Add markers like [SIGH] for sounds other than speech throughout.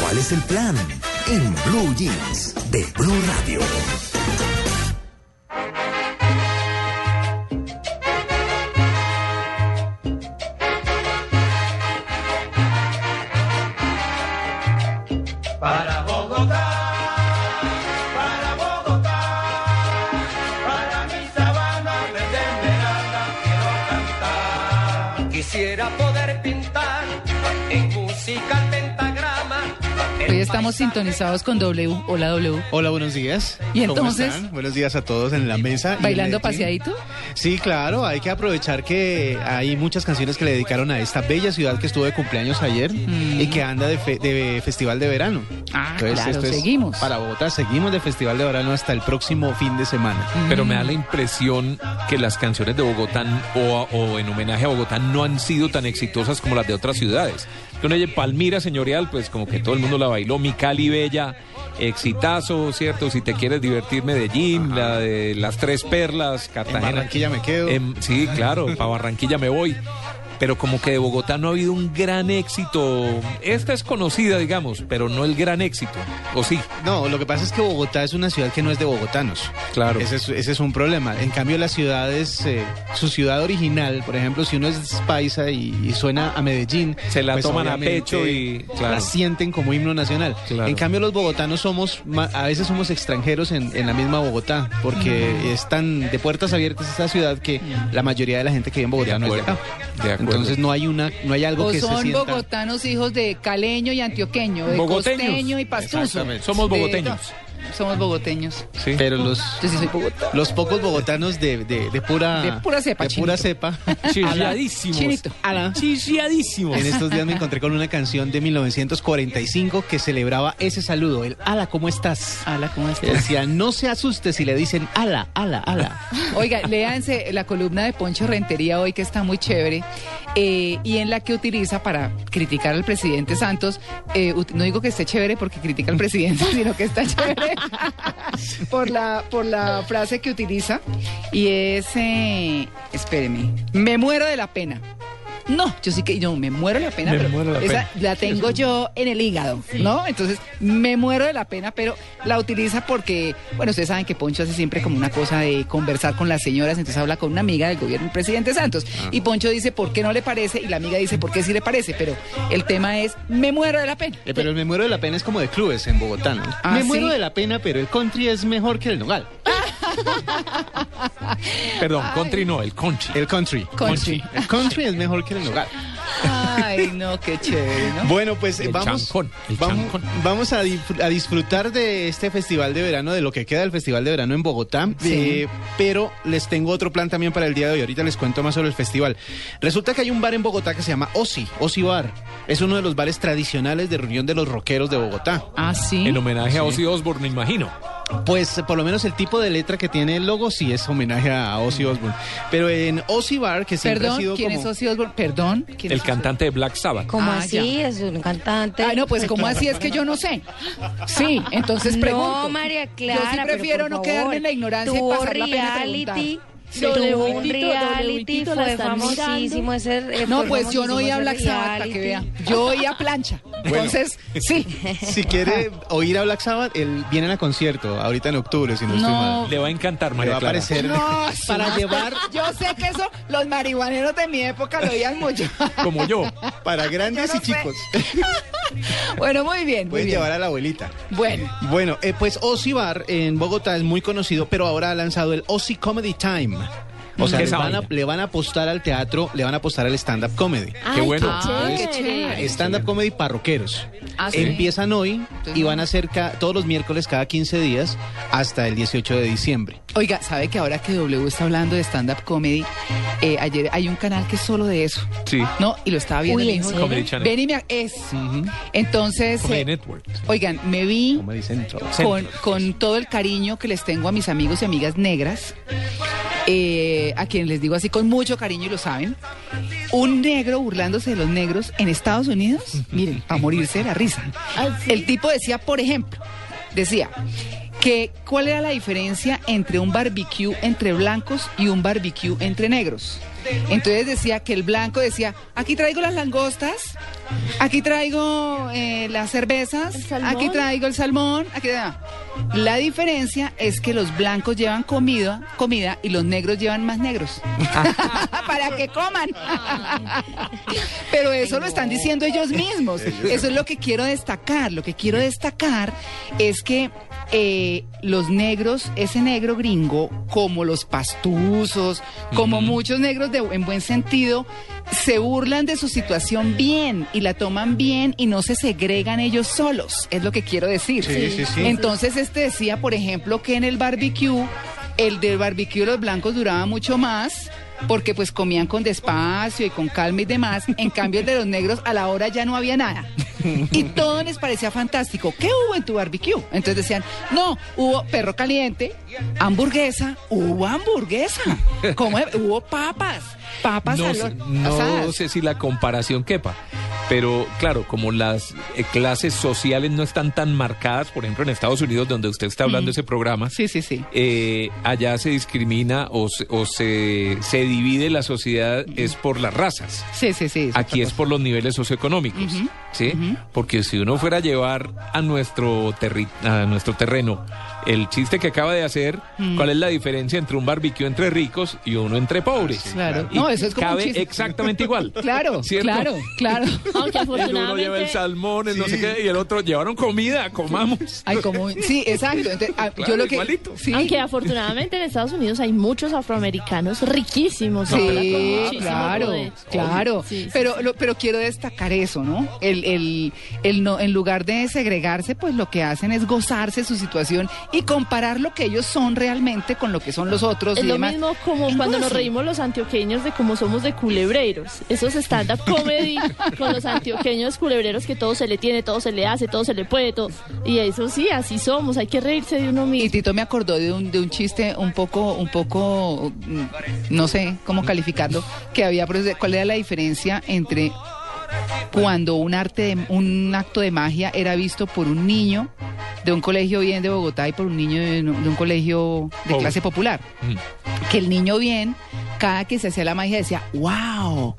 ¿Cuál es el plan? En Blue Jeans de Blue Radio. Para Bogotá, para Bogotá, para mi sabana verde en verano quiero cantar. Quisiera poder pintar en música el pentagrama. el Hoy estamos paisaje sintonizados con W. Hola W. Hola, buenos días. ¿Y ¿Cómo entonces? están? Buenos días a todos en la mesa. y en ¿Bailando Medellín. paseadito? Sí, claro, hay que aprovechar que hay muchas canciones que le dedicaron a esta bella ciudad que estuvo de cumpleaños ayer y que anda de, fe- de festival de verano. Mm. Ah, claro, seguimos. Para Bogotá, seguimos de festival de verano hasta el próximo fin de semana. Pero me da la impresión que las canciones de Bogotá n- o, o en homenaje a Bogotá no han sido tan exitosas como las de otras ciudades. Que uno oye Palmira señorial, pues como que todo el mundo la bailó, mi Cali Bella, exitazo, ¿cierto? Si te quieres divertir Medellín, la de las tres perlas, Cartagena. Barranquilla me quedo. Em, sí, claro, para Barranquilla me voy. Pero como que de Bogotá no ha habido un gran éxito. Esta es conocida, digamos, pero no el gran éxito. ¿O sí? No, lo que pasa es que Bogotá es una ciudad que no es de bogotanos. Claro. Ese es, ese es un problema. En cambio, las ciudades, eh, su ciudad original, por ejemplo, si uno es paisa y, y suena a Medellín, pues, Se la toman a obviamente pecho y- la claro. sienten como himno nacional. Claro. En cambio, los bogotanos somos, ma- a veces somos extranjeros en, en la misma Bogotá, porque es tan de puertas abiertas esta ciudad que la mayoría de la gente que vive en Bogotá De no es de acá. acuerdo, de acuerdo. Entonces no hay una, no hay algo O que se son sienta. bogotanos hijos de caleño y antioqueño, de Bogoteños. costeño y pastuso. Exactamente. Somos De- bogoteños. no, somos bogoteños. Sí. Pero los, Yo sí soy bogotano. los pocos bogotanos de, de- de pura De pura cepa, de pura chinito. [LAUGHS] cepa [LAUGHS] Chirriadísimos. Chinito. Chirriadísimos. En estos días me encontré con una canción de 1945 que celebraba ese saludo, el ala, ¿cómo estás? Ala, ¿cómo Que estás? Decía, no se asuste si le dicen ala, ala, [LAUGHS] ala. Oiga, léanse la columna de Poncho Rentería hoy que está muy chévere eh, y en la que utiliza para criticar al presidente Santos, eh, ut- no digo que esté chévere porque critica al presidente, [LAUGHS] sino que está chévere por, la, por la frase que utiliza y es, eh, espéreme, me muero de la pena. No, yo sí que yo me muero de la pena, Me pero muero de la esa la tengo yo en el hígado, ¿no? Entonces, me muero de la pena, pero la utiliza porque, bueno, ustedes saben que Poncho hace siempre como una cosa de conversar con las señoras, entonces habla con una amiga del gobierno del presidente Santos y Poncho dice, "¿Por qué no le parece?" y la amiga dice, "¿Por qué sí le parece?", pero el tema es, "Me muero de la pena." Eh, Pero el me muero de la pena es como de clubes en Bogotá, ¿no? Ah, me ¿sí? muero de la pena, pero el country es mejor que el nogal. Eh, Perdón, country no, el conchi. El country. Country. El country es mejor que el nogal. Ay, no, qué chévere, ¿no? [LAUGHS] Bueno, pues eh, El vamos, chancón, el vamos, chancón. vamos a, dif- a disfrutar de este festival de verano, de lo que queda del festival de verano en Bogotá. Sí. eh, pero les tengo otro plan también para el día de hoy. Ahorita les cuento más sobre el festival. Resulta que hay un bar en Bogotá que se llama Osi, Osi Bar. Es uno de los bares tradicionales de reunión de los rockeros de Bogotá. Ah, sí. En homenaje a Ozzy Osbourne, me imagino. Pues eh, por lo menos el tipo de letra que tiene el logo sí es homenaje a Ozzy Osbourne. Pero en Osi Bar, que siempre ha Perdón, sido ¿quién como... es Ozzy Osbourne? Perdón, ¿quién El es Ozzy cantante de Black Sabbath. ¿Cómo Ah, así? Es un cantante. Ay, no, pues como así es que yo no sé. Sí, entonces No, pregunto. María Yo sí Clara, pero prefiero por no favor, quedarme en la ignorancia y tuvo pasar la pena de reality, preguntar. tuvo Doble un vueltito, doble reality, vueltito, la fue están mirando. famosísimo ese. eh, No, fue pues yo no famosísimo oí a ese Black Sabbath para que vea. reality. Yo oí a plancha. Entonces, sí. [LAUGHS] Si quiere oír a Black Sabbath, él vienen a concierto ahorita en octubre, si no, estoy No. mal. Le va a encantar, Le va María a Clara. parecer No, [LAUGHS] [LAUGHS] para sí. llevar [LAUGHS] Yo sé que eso los marihuaneros de mi época lo oían mucho. [LAUGHS] Como yo. para grandes Yo no y chicos. Bueno, muy bien, muy Puedes bien. llevar a la abuelita. Bueno, Bueno, eh, pues Ozzy Bar en Bogotá es muy conocido, pero ahora ha lanzado el Ozzy Comedy Time. O sea, le ¿Qué es van, a, vaina? le van a apostar al teatro, le van a apostar al stand-up comedy. Ay, Qué bueno. Ah, qué chévere. Stand-up comedy parroqueros. Ah, sí. Empiezan hoy y van a ser ca- todos los miércoles cada 15 días hasta el 18 de diciembre. oiga, ¿sabe que ahora que W está hablando de stand-up comedy, eh, ayer hay un canal que es solo de eso? Sí. No, y lo estaba viendo Uy, mi ¿en hijo. serio? Comedy Channel. Ven y me... Es. Entonces... Comedy eh, Network. Oigan, me vi Comedy Central. con, con todo el cariño que les tengo a mis amigos y amigas negras, eh, a quienes les digo así con mucho cariño y lo saben, un negro burlándose de los negros en Estados Unidos, miren, a morirse de la risa. El tipo decía, por ejemplo, decía que cuál era la diferencia entre un barbecue entre blancos y un barbecue entre negros. Entonces decía que el blanco decía, aquí traigo las langostas, aquí traigo eh, las cervezas, ¿El salmón? aquí traigo el salmón, aquí La diferencia es que los blancos llevan comida, comida y los negros llevan más negros. Ah. [LAUGHS] Para que coman. Pero eso lo están diciendo ellos [LAUGHS] mismos. Eso es lo que quiero destacar. Lo que quiero destacar es que eh, los negros, ese negro gringo, como los pastuzos, como muchos negros de- en buen sentido, se burlan de su situación bien y la toman bien y no se segregan ellos solos. Es lo que quiero decir. Sí, sí, sí. Entonces este decía, por ejemplo, que en el barbecue, el del barbecue de los blancos duraba mucho más porque pues comían con despacio y con calma y demás. En cambio el de los negros a la hora ya no había nada. Y todo les parecía fantástico. ¿Qué hubo en tu barbecue? Entonces decían, no, hubo perro caliente, hamburguesa, hubo hamburguesa. ¿Cómo es? Hubo papas, papas No, al sé- horno, no asadas. sé si la comparación quepa, pero claro, como las eh, clases sociales no están tan marcadas, por ejemplo en Estados Unidos, donde usted está hablando de ese programa, Sí, sí, sí. eh, allá se discrimina o, se, o se, se divide la sociedad es por las razas. Sí, sí, sí. es Aquí otra es por los niveles socioeconómicos, Ujú, ¿sí? Porque si uno fuera a llevar a nuestro, terri- a nuestro terreno el chiste que acaba de hacer, ¿cuál es la diferencia entre un barbecue entre ricos y uno entre pobres? Claro. Y No, eso es como un cabe chiste. exactamente igual. Claro, ¿Cierto? claro, claro. [LAUGHS] Aunque El uno lleva el afortunadamente. salmón, el no sé qué, y el otro llevaron comida, comamos. Ay, como, sí, exacto. Entonces, ah, Claro, yo lo que, igualito. sí, Aunque afortunadamente en Estados Unidos hay muchos afroamericanos riquísimos. Sí, ahora con muchísimo claro, poder. claro. Sí, sí, pero, lo- pero quiero destacar eso, ¿no? El, el, el no, en lugar de segregarse, pues lo que hacen es gozarse su situación y comparar lo que ellos son realmente con lo que son los otros. Es y lo demás. mismo como Y cuando nos gocen. reímos los antioqueños de cómo somos de culebreros. Esos stand-up [LAUGHS] comedy con los antioqueños culebreros que todo se le tiene, todo se le hace, todo se le puede, todo. Y eso sí, así somos. Hay que reírse de uno Y [LAUGHS] mismo. Tito me acordó de un, de un chiste un poco, un poco, mm, no sé cómo calificarlo, que había, pero ¿cuál era la diferencia entre cuando un arte, de- un acto de magia era visto por un niño de un colegio bien de Bogotá y por un niño de, un- de un colegio de Pobre. clase popular? que el niño bien, cada que se hacía la magia decía, wow.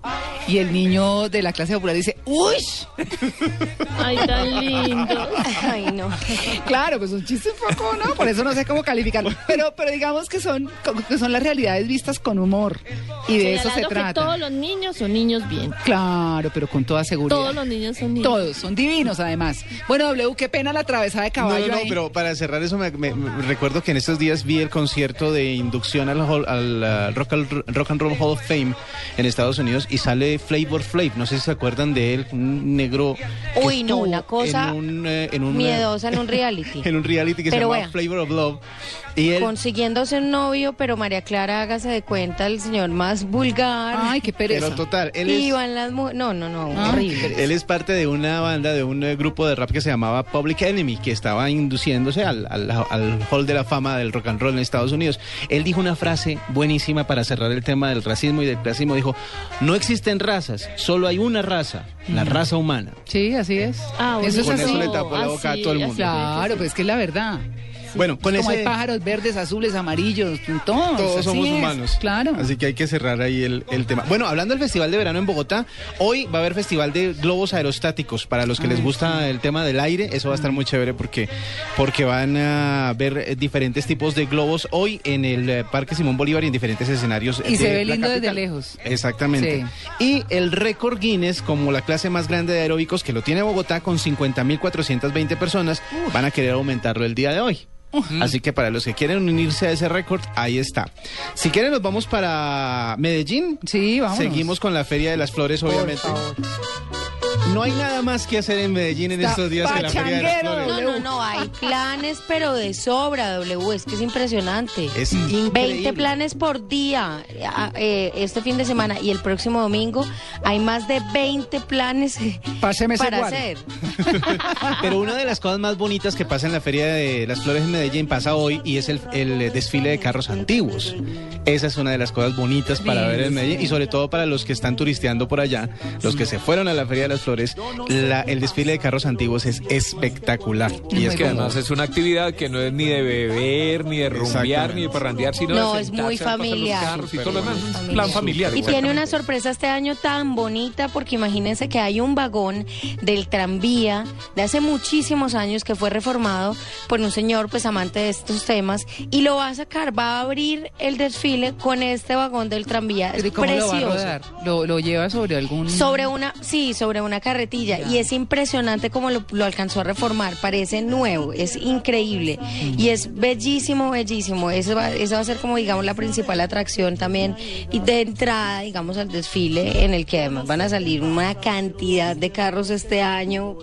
Y el niño de la clase popular dice, uy. Ay, tan lindo. Ay, no. Claro, pues un chiste un poco, ¿no? Por eso no sé cómo calificarlo. Pero, pero digamos que son, que son las realidades vistas con humor. Y de eso se Señalando que trata. todos los niños son niños bien. Claro, pero con toda seguridad. Todos los niños son niños. Todos, son divinos además. Bueno, W, qué pena la travesada de No, caballo no, no, ahí. pero para cerrar eso, me, me- me- recuerdo que en estos días vi el concierto de inducción al, Hall- al, ah, rock, al- Rock and Roll Hall of Fame en Estados Unidos y sale Flavor Flav. No sé si se acuerdan de él, un negro. que Uy, no, estuvo una cosa En un, eh, en un, eh, Miedosa en un reality. [LAUGHS] en un reality que se Pero llama vea. Flavor of Love. Y él. Consiguiéndose un novio, pero María Clara, hágase de cuenta, el señor más vulgar. Ay, qué pereza. Pero total, él es. Y van las mujeres. No, no, no. Ah, horrible. qué pereza. Él es parte de una banda, de un eh, grupo de rap que se llamaba Public Enemy, que estaba induciéndose al, al- al Hall de la Fama del Rock and Roll en Estados Unidos. Él dijo una frase buenísima para cerrar el tema del racismo y del clasismo. Dijo, no existen razas, solo hay una raza, la raza humana. Sí, así es. Ah, eso es Con eso así. le tapó la boca a todo el mundo. Claro, pues es que es la verdad. Bueno, con Como ese... hay pájaros verdes, azules, amarillos, todos. Todos así somos es, humanos. Claro. Así que hay que cerrar ahí el, el tema. Bueno, hablando del Festival de Verano en Bogotá, hoy va a haber Festival de Globos Aerostáticos. Para los que les gusta el tema del aire, eso Mm. va a estar muy chévere porque, porque van a ver eh, diferentes tipos de globos hoy en el eh, Parque Simón Bolívar y en diferentes escenarios. Y de se ve la lindo desde capital. lejos. Exactamente. Y el récord Guinness, como la clase más grande de aeróbicos que lo tiene Bogotá, con 50.420 personas, van a querer aumentarlo el día de hoy. Así que para los que quieren unirse a ese récord, ahí está. Si quieren, nos vamos para Medellín. Sí, vamos. Seguimos con la Feria de las Flores, obviamente. No hay nada más que hacer en Medellín en Está estos días que la Feria de las pachanguero. Flores. No, no, no, hay planes, pero de sobra, W, es que es impresionante. Es increíble. 20 planes por día ah, eh, este fin de semana y el próximo domingo hay más de 20 planes [LAUGHS] Páseme ese para guaro. hacer. Pero una de las cosas más bonitas que pasa en la Feria de las Flores en Medellín pasa hoy y es el, el desfile de carros antiguos. Esa es una de las cosas bonitas para ver en Medellín y sobre todo para los que están turisteando por allá, los que se fueron a la Feria de las sectores, la- el desfile de carros antiguos es espectacular. [LAUGHS] Y es Muy que bueno. además es una actividad que no es ni de beber, ni de rumbear, ni de parrandear, sino de No, es sentarse muy a pasar los familiar. carros y todo lo demás, es un Familiar. plan familiar. Y tiene una sorpresa este año tan bonita porque imagínense que hay un vagón del tranvía de hace muchísimos años que fue reformado por un señor pues amante de estos temas y lo va a sacar, va a abrir el desfile con este vagón del tranvía. Es Pero ¿y cómo lo va a precioso. rodar? ¿Lo, lo lleva sobre algún...? Sobre una, sí, sobre una carretilla. Y es impresionante como lo, lo alcanzó a reformar. Parece nuevo, es increíble. Y es bellísimo, bellísimo. Eso va, eso va a ser como, digamos, la principal atracción también. Y de entrada, digamos, al desfile, en el que además van a salir una cantidad de carros este año,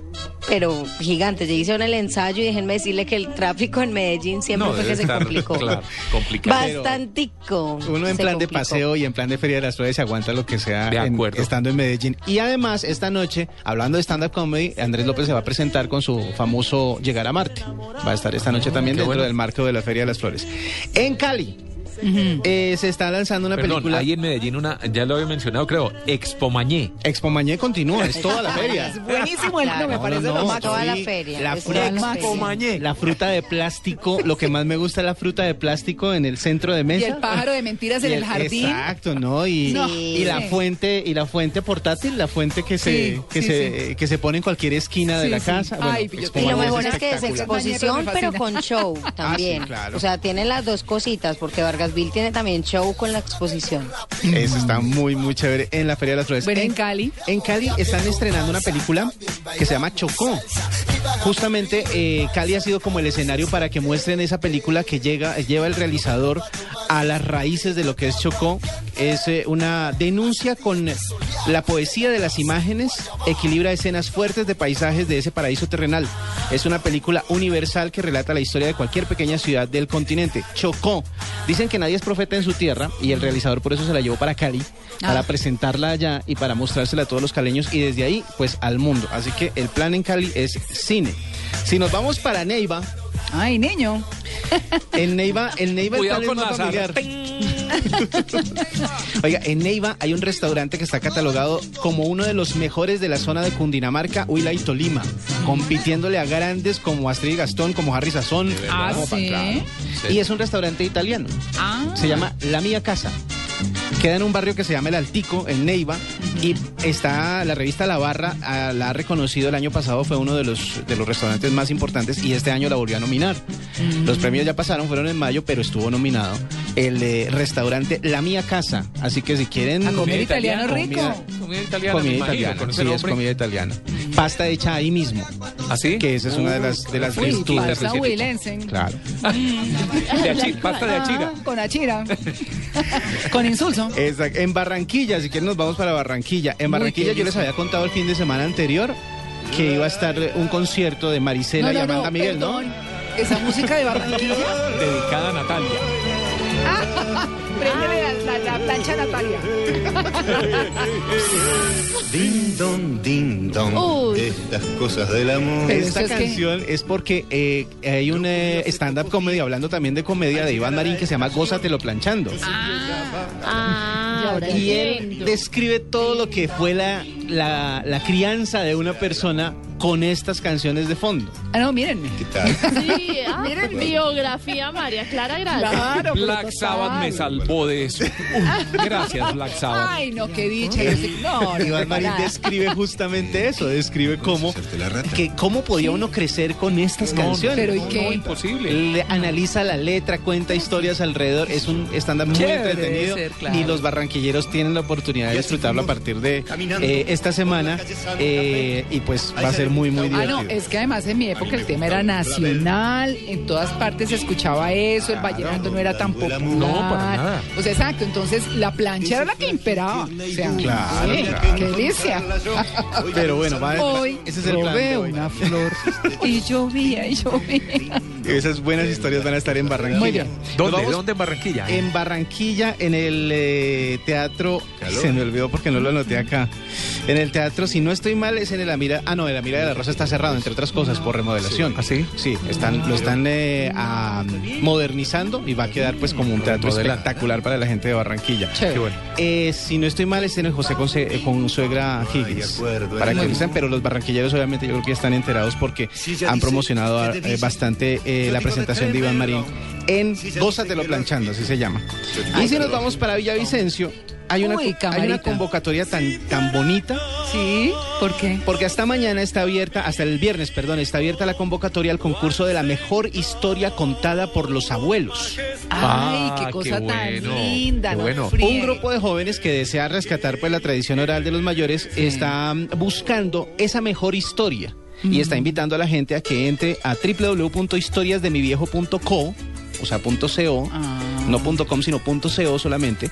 pero gigantes. Ya hicieron el ensayo y déjenme decirle que el tráfico en Medellín siempre fue que se [LAUGHS] complicó. Claro, complicado. Bastantico. Uno en se plan de complicó. paseo y en plan de Feria de las Flores se aguanta lo que sea De en- acuerdo. estando en Medellín. Y además, esta noche, hablando de stand-up comedy, Andrés López se va a presentar con su famoso Llegar a Marte. Va a estar esta noche también qué dentro bueno. del marco de la Feria de las Flores. En Cali. eh, se está lanzando una Perdón, película. hay en Medellín una, ya lo había mencionado, creo, Expo Mañé. Expo Mañé continúa, es toda la feria. Es buenísimo el Claro. no, [LAUGHS] me No, parece no, lo no, más... Toda la sí, feria. la es toda Fruta la Expo feria. La fruta de plástico, lo que más me gusta es la fruta de plástico en el centro de Y mesa. el pájaro de mentiras Y en el- el jardín. Exacto, ¿no? Y, No. y la Sí. fuente, y la fuente portátil, la fuente que se, Sí, que sí, se, que se pone en cualquier esquina de Sí, la sí. casa. Bueno, pues Ay, yo Expo Y Como lo Mañana es mejor es que es espectacular. Ah, exposición, Compañeros, me pero fascina. con show también. claro. O sea, tienen las dos cositas, porque Vargasville tiene también show con la exposición. Eso está muy, muy chévere en la Feria de las Flores. Bueno, en Cali. En Cali están estrenando una película que se llama Chocó. Justamente eh, Cali ha sido como el escenario para que muestren esa película que llega, lleva el realizador a las raíces de lo que es Chocó. Es eh, una denuncia con la poesía de las imágenes, equilibra escenas fuertes de paisajes de ese paraíso terrenal. Es una película universal que relata la historia de cualquier pequeña ciudad del continente. Chocó. Dicen que nadie es profeta en su tierra y el realizador por eso se la llevó para Cali, para Ah. presentarla allá y para mostrársela a todos los caleños y desde ahí pues al mundo. Así que el plan en Cali es cine. Si nos vamos para Neiva, Ay, niño. en Neiva, en Neiva el Cuidado plan con es más las familiar. artes. Oiga, en Neiva hay un restaurante que está catalogado como uno de los mejores de la zona de Cundinamarca, Huila y Tolima, compitiéndole a grandes como Astrid Gastón, como Harry Sazón. Ah, como sí. Pancrado. Y es un restaurante italiano. Ah. Se llama La Mía Casa. Queda en un barrio que se llama El Altico, en Neiva, y está la revista La Barra, ah, la ha reconocido el año pasado, fue uno de los, de los restaurantes más importantes y este año la volvió a nominar. Mm. Los premios ya pasaron, fueron en mayo, pero estuvo nominado el eh, restaurante La Mía Casa. Así que si quieren... A comer italiano rico. Comida, comida italiana, Comida me imagino, italiana, con ese sí, es nombre. comida italiana. Pasta hecha ahí mismo, ¿Ah, sí? que esa es una de las, de las Uy, Uy, virtudes. pasta huilense. Claro. De achi- pasta de achira. Ah, con [LAUGHS] achira. con insulso. Exacto. En Barranquilla, si quieren nos vamos para Barranquilla. En Uy, Barranquilla qué yo les rico. había contado el fin de semana anterior que iba a estar eh, un concierto de Marisela y Amanda Miguel, perdón. Esa música de [LAUGHS] Ah. Barranquilla. Dedicada a Natalia. Préndele la, la- la plancha a Natalia. Ding dong, ding dong. Uy. Estas cosas del amor. ¿no? Pero Esta eso es que- canción es porque eh, hay un eh, stand-up comedy hablando también de comedia de Iván Marín que se llama Gózatelo planchando. Ah, ahora Y él entiendo. describe todo lo que fue la, la, la crianza de una persona con estas canciones de fondo. Ah, no, mírenme. ¿Qué tal? Sí, ah, biografía María Clara Grande. Black Sabbath me salvó de eso. Uy, gracias, Black Sabbath. Ay, no, qué dicha. Yo sí- No, no, Iván para Marín nada. describe justamente eso, describe [LAUGHS] cómo, hacerte la rata. Pues que cómo podía uno crecer con estas No, no, canciones. Pero ¿y no, qué? no, imposible. Le analiza la letra, cuenta historias alrededor, es un estándar muy Chévere entretenido debe ser, claro. y los barranquilleros tienen la oportunidad de Y así disfrutarlo a fuimos partir de caminando eh, esta semana por la calle San eh, y pues va a ser muy muy Ah, no, divertido. es que además en mi época el tema era nacional, en todas partes se escuchaba eso, el vallenato no era tan popular. No, para nada. O sea, exacto, entonces la plancha era la que imperaba. O sea, Claro, sí, claro. qué delicia. [LAUGHS] Pero bueno, va Hoy ese es el plan de probé hoy. una flor y llovía y llovía. Esas buenas historias van a estar en Barranquilla. Muy bien. Nos ¿Dónde? vamos ¿Dónde en Barranquilla? En Barranquilla, en el eh, teatro. Calor. Se me olvidó porque no lo anoté acá. En el teatro, si no estoy mal, es en el Amira. Ah, no, el Amira de de la Rosa está cerrado, entre otras cosas, por remodelación. ¿Ah, sí? Sí, están, lo están eh, ah, modernizando y va a quedar pues como un teatro Remodelando. espectacular para la gente de Barranquilla. Chévere. Qué bueno. Eh, si no estoy mal, es en el José Conce- eh, con, suegra Higgins. para que lo sepan, pero los barranquilleros obviamente yo creo que ya están enterados porque han promocionado eh, bastante eh, la presentación de Iván Marín en Gózatelo Planchando, así se llama. Y si nos vamos para Villavicencio, hay una, Uy, co- hay una camarita. convocatoria tan, tan bonita Sí, ¿por qué? porque hasta mañana está abierta, hasta el viernes, perdón, está abierta la convocatoria al concurso de la mejor historia contada por los abuelos. Ah, Ay, qué qué cosa tan bueno, linda. qué no bueno. friegue. Un grupo de jóvenes que desea rescatar pues la tradición oral de los mayores está mm, buscando esa mejor historia y está invitando a la gente a que entre a www.historiasdemiviejo.co o sea, punto .co, Ah. no punto .com, sino punto .co solamente,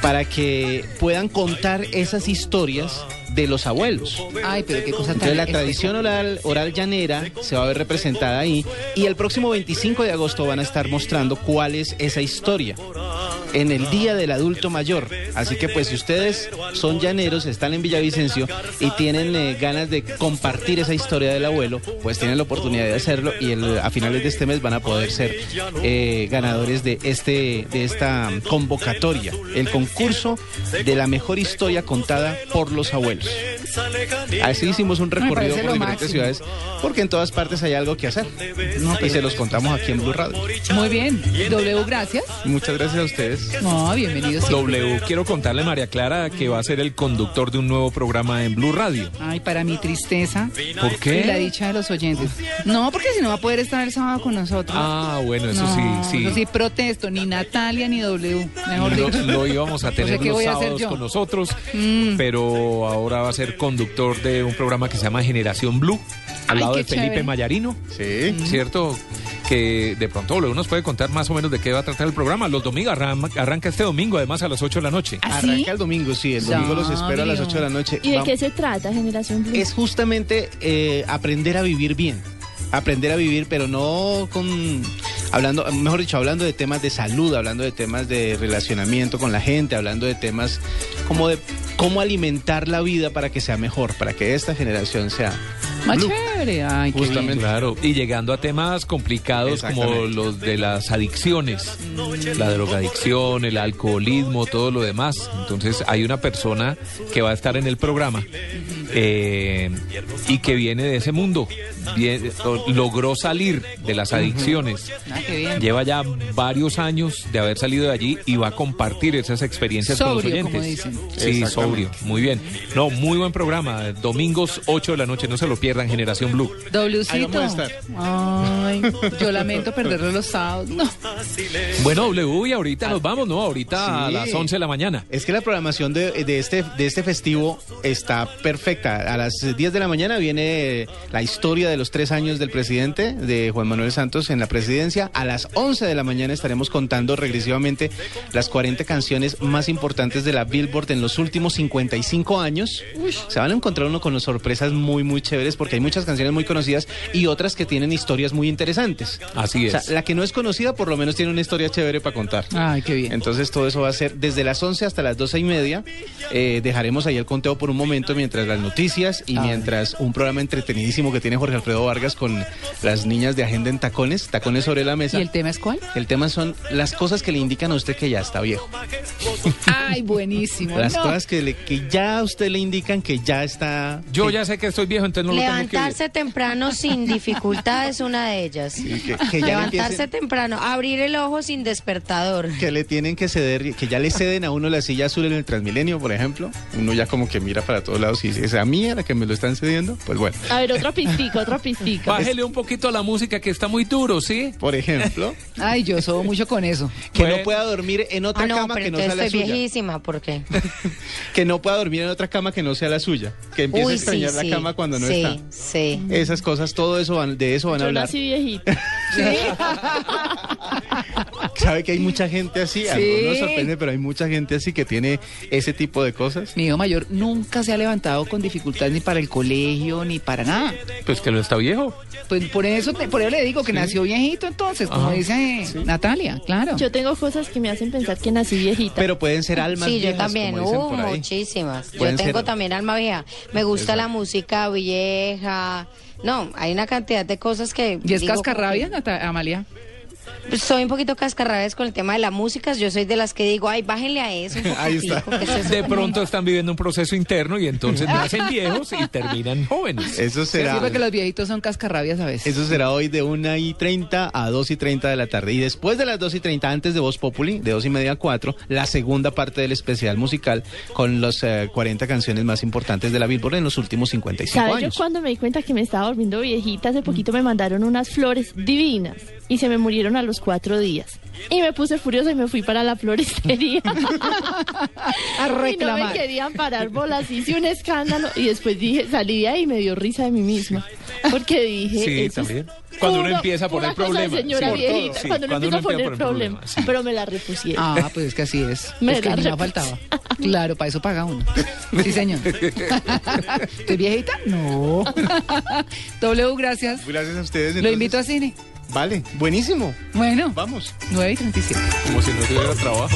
para que puedan contar esas historias de los abuelos. Ay, pero qué cosa tan Entonces la tradición oral, oral llanera se va a ver representada ahí y el próximo 25 de agosto van a estar mostrando cuál es esa historia en el Día del Adulto Mayor. Así que pues si ustedes son llaneros, están en Villavicencio y tienen eh, ganas de compartir esa historia del abuelo, pues tienen la oportunidad de hacerlo y el- a finales de este mes van a poder ser eh, ganadores de, este, de esta convocatoria, el concurso de la mejor historia contada por los abuelos. Así hicimos un recorrido parece por lo diferentes máximo. ciudades, porque en todas partes hay algo que hacer. y se los contamos aquí en Blue Radio. Muy bien. W, gracias. Muchas gracias a ustedes. No, bienvenido. siempre. W, quiero contarle a María Clara que va a ser el conductor de un nuevo programa en Blue Radio. Ay, para mi tristeza. ¿Por qué? Y la dicha de los oyentes. No, porque si no va a poder estar el sábado con nosotros. Ah, bueno, eso No, sí, sí. eso sí, protesto. Ni Natalia ni W. Mejor Lo, dicho. lo [LAUGHS] íbamos a tener No sé qué los voy a hacer sábados yo. Mm. con nosotros, pero ahora va a ser conductor de un programa que se llama Generación Blue, al Ay, lado qué de Felipe chévere. Mm. Mayarino, Sí. ¿cierto? Que de pronto W nos puede contar más o menos de qué va a tratar el programa. Los domingos arran- arranca este domingo, además a las 8 de la noche. ¿Ah, sí? Arranca el domingo, sí, el domingo los espero a las 8 de la noche. ¿Y de Vam- qué se trata Generación Blue? Es justamente eh, aprender a vivir bien. Aprender a vivir, pero no con. Hablando, mejor dicho, hablando de temas de salud, hablando de temas de relacionamiento con la gente, hablando de temas como de cómo alimentar la vida para que sea mejor, para que esta generación sea. Más Blue. chévere. Ay, qué Justamente. bien. Claro, y llegando a temas complicados como Exactamente. los de las adicciones, la drogadicción, el alcoholismo, todo lo demás. Entonces hay una persona que va a estar en el programa eh, y que viene de ese mundo, vie- o- logró salir de las adicciones. Ah, qué bien. Lleva ya varios años de haber salido de allí y va a compartir esas experiencias con los Sobrio, oyentes. como dicen. Sí, sobrio, muy bien. No, muy buen programa. Domingos 8 de la noche, no se lo pierdan, Generación Blue. Ahí vamos Wcito. a estar. Ay, yo lamento perderlo los sábados. No. Bueno, W, y ahorita nos vamos, ¿no? Ahorita a Sí. las 11 de la mañana. Es que la programación de, de este, de este festivo está perfecta. A las 10 de la mañana viene la historia de los tres años del presidente, de Juan Manuel Santos en la presidencia. A las 11 de la mañana estaremos contando regresivamente las 40 canciones más importantes de la Billboard en los últimos 55 años. Se van a encontrar uno con sorpresas muy, muy chéveres porque hay muchas canciones muy conocidas y otras que tienen historias muy interesantes. Así O es. sea, la que no es conocida por lo menos tiene una historia chévere para contar. Ay, qué bien. Entonces todo eso va a ser desde las 11 hasta las 12 y media. Eh, dejaremos ahí el conteo por un momento mientras las noticias y Ah. mientras un programa entretenidísimo que tiene Jorge Alfredo Vargas con las niñas de Agenda en Tacones, Tacones sobre la ¿Y mesa. el tema es cuál? El tema son las cosas que le indican a usted que ya está viejo. Ay, buenísimo. Las no. cosas que, le- que ya a usted le indican que ya está... Yo ya sé que estoy viejo, entonces no lo tengo que Levantarse temprano sin dificultad es una de ellas. que, que ya le Levantarse empiecen- temprano, abrir el ojo sin despertador. que le tienen que ceder, que ya le ceden a uno la silla azul en el Transmilenio, por ejemplo. Uno ya como que mira para todos lados y dice, ¿es a mí a la que me lo están cediendo? Pues bueno. A ver, otra pistica, otra pistica. Bájele un poquito a la música que está muy duro, ¿sí? Por [LAUGHS] ejemplo, Ay, yo sobo mucho con eso. que Bueno. no pueda dormir en otra Ah, no, cama pero que no sea entonces la estoy suya. viejísima, [LAUGHS] ¿por qué? Que no pueda dormir en otra cama que no sea la suya. Que empiece a Uy, sí, extrañar la sí, cama cuando no sí, está. Sí, Esas cosas, todo eso van, de eso van a Yo hablar. nací viejita. ¿Sabe que hay mucha gente así? Sí. Algo nos sorprende, pero hay mucha gente así que tiene ese tipo de [LAUGHS] cosas. Mi hijo mayor nunca se ha levantado con dificultad ni para el colegio ni para nada. Pues que no está viejo. Pues por eso, te- por eso le digo que nació viejito entonces, como Ajá. dice Natalia, claro. Yo tengo cosas que me hacen pensar que nací viejita. Pero pueden ser almas Sí, yo viejas, también, como dicen uh, por ahí. muchísimas. Yo Pueden tengo ser- también alma vieja. Me gusta la música vieja. No, hay una cantidad de cosas que... ¿Y es digo, cascarrabias, Nata- Amalia? Soy un poquito cascarrabias con el tema de la música. Yo soy de las que digo, ay, bájenle a eso. un [LAUGHS] Ahí está. poquitico, que eso es De un pronto están viviendo un proceso interno y entonces nacen viejos y terminan jóvenes. Eso será. Sí, porque los viejitos son cascarrabias a veces. Eso será hoy de 1 y 30 a 2 y 30 de la tarde. Y después de las 2 y 30, antes de Voz Populi, de 2 y media a 4, la segunda parte del especial musical con las eh, 40 canciones más importantes de la Billboard en los últimos 55 ¿Sabes? Yo años. cuando me di cuenta que me estaba volviendo viejita, hace poquito me mandaron unas flores divinas y se me murieron a los cuatro días. Y me puse furiosa y me fui para la floristería. [LAUGHS] A Y no me reclamar. querían parar bolas, hice un escándalo y después dije, salí de ahí y me dio risa de mí misma. Porque dije, Sí, eso es también. Cuando uno puro- empieza a poner pura cosa de problemas. señora Sí, por todo. viejita, Sí, cuando uno cuando empieza a uno empieza a poner poner problemas. problemas, sí. Pero me la repusieron. Ah, pues es que así es. [LAUGHS] Me es que da a mí me repos- faltaba. Claro, para eso paga uno. Sí, [LAUGHS] señor. ¿Estoy viejita? No. [LAUGHS] W, gracias. Gracias a ustedes. Lo invito a cine. Vale, buenísimo. Bueno, Vamos. 9 y 37. Como si no tuviera trabajo.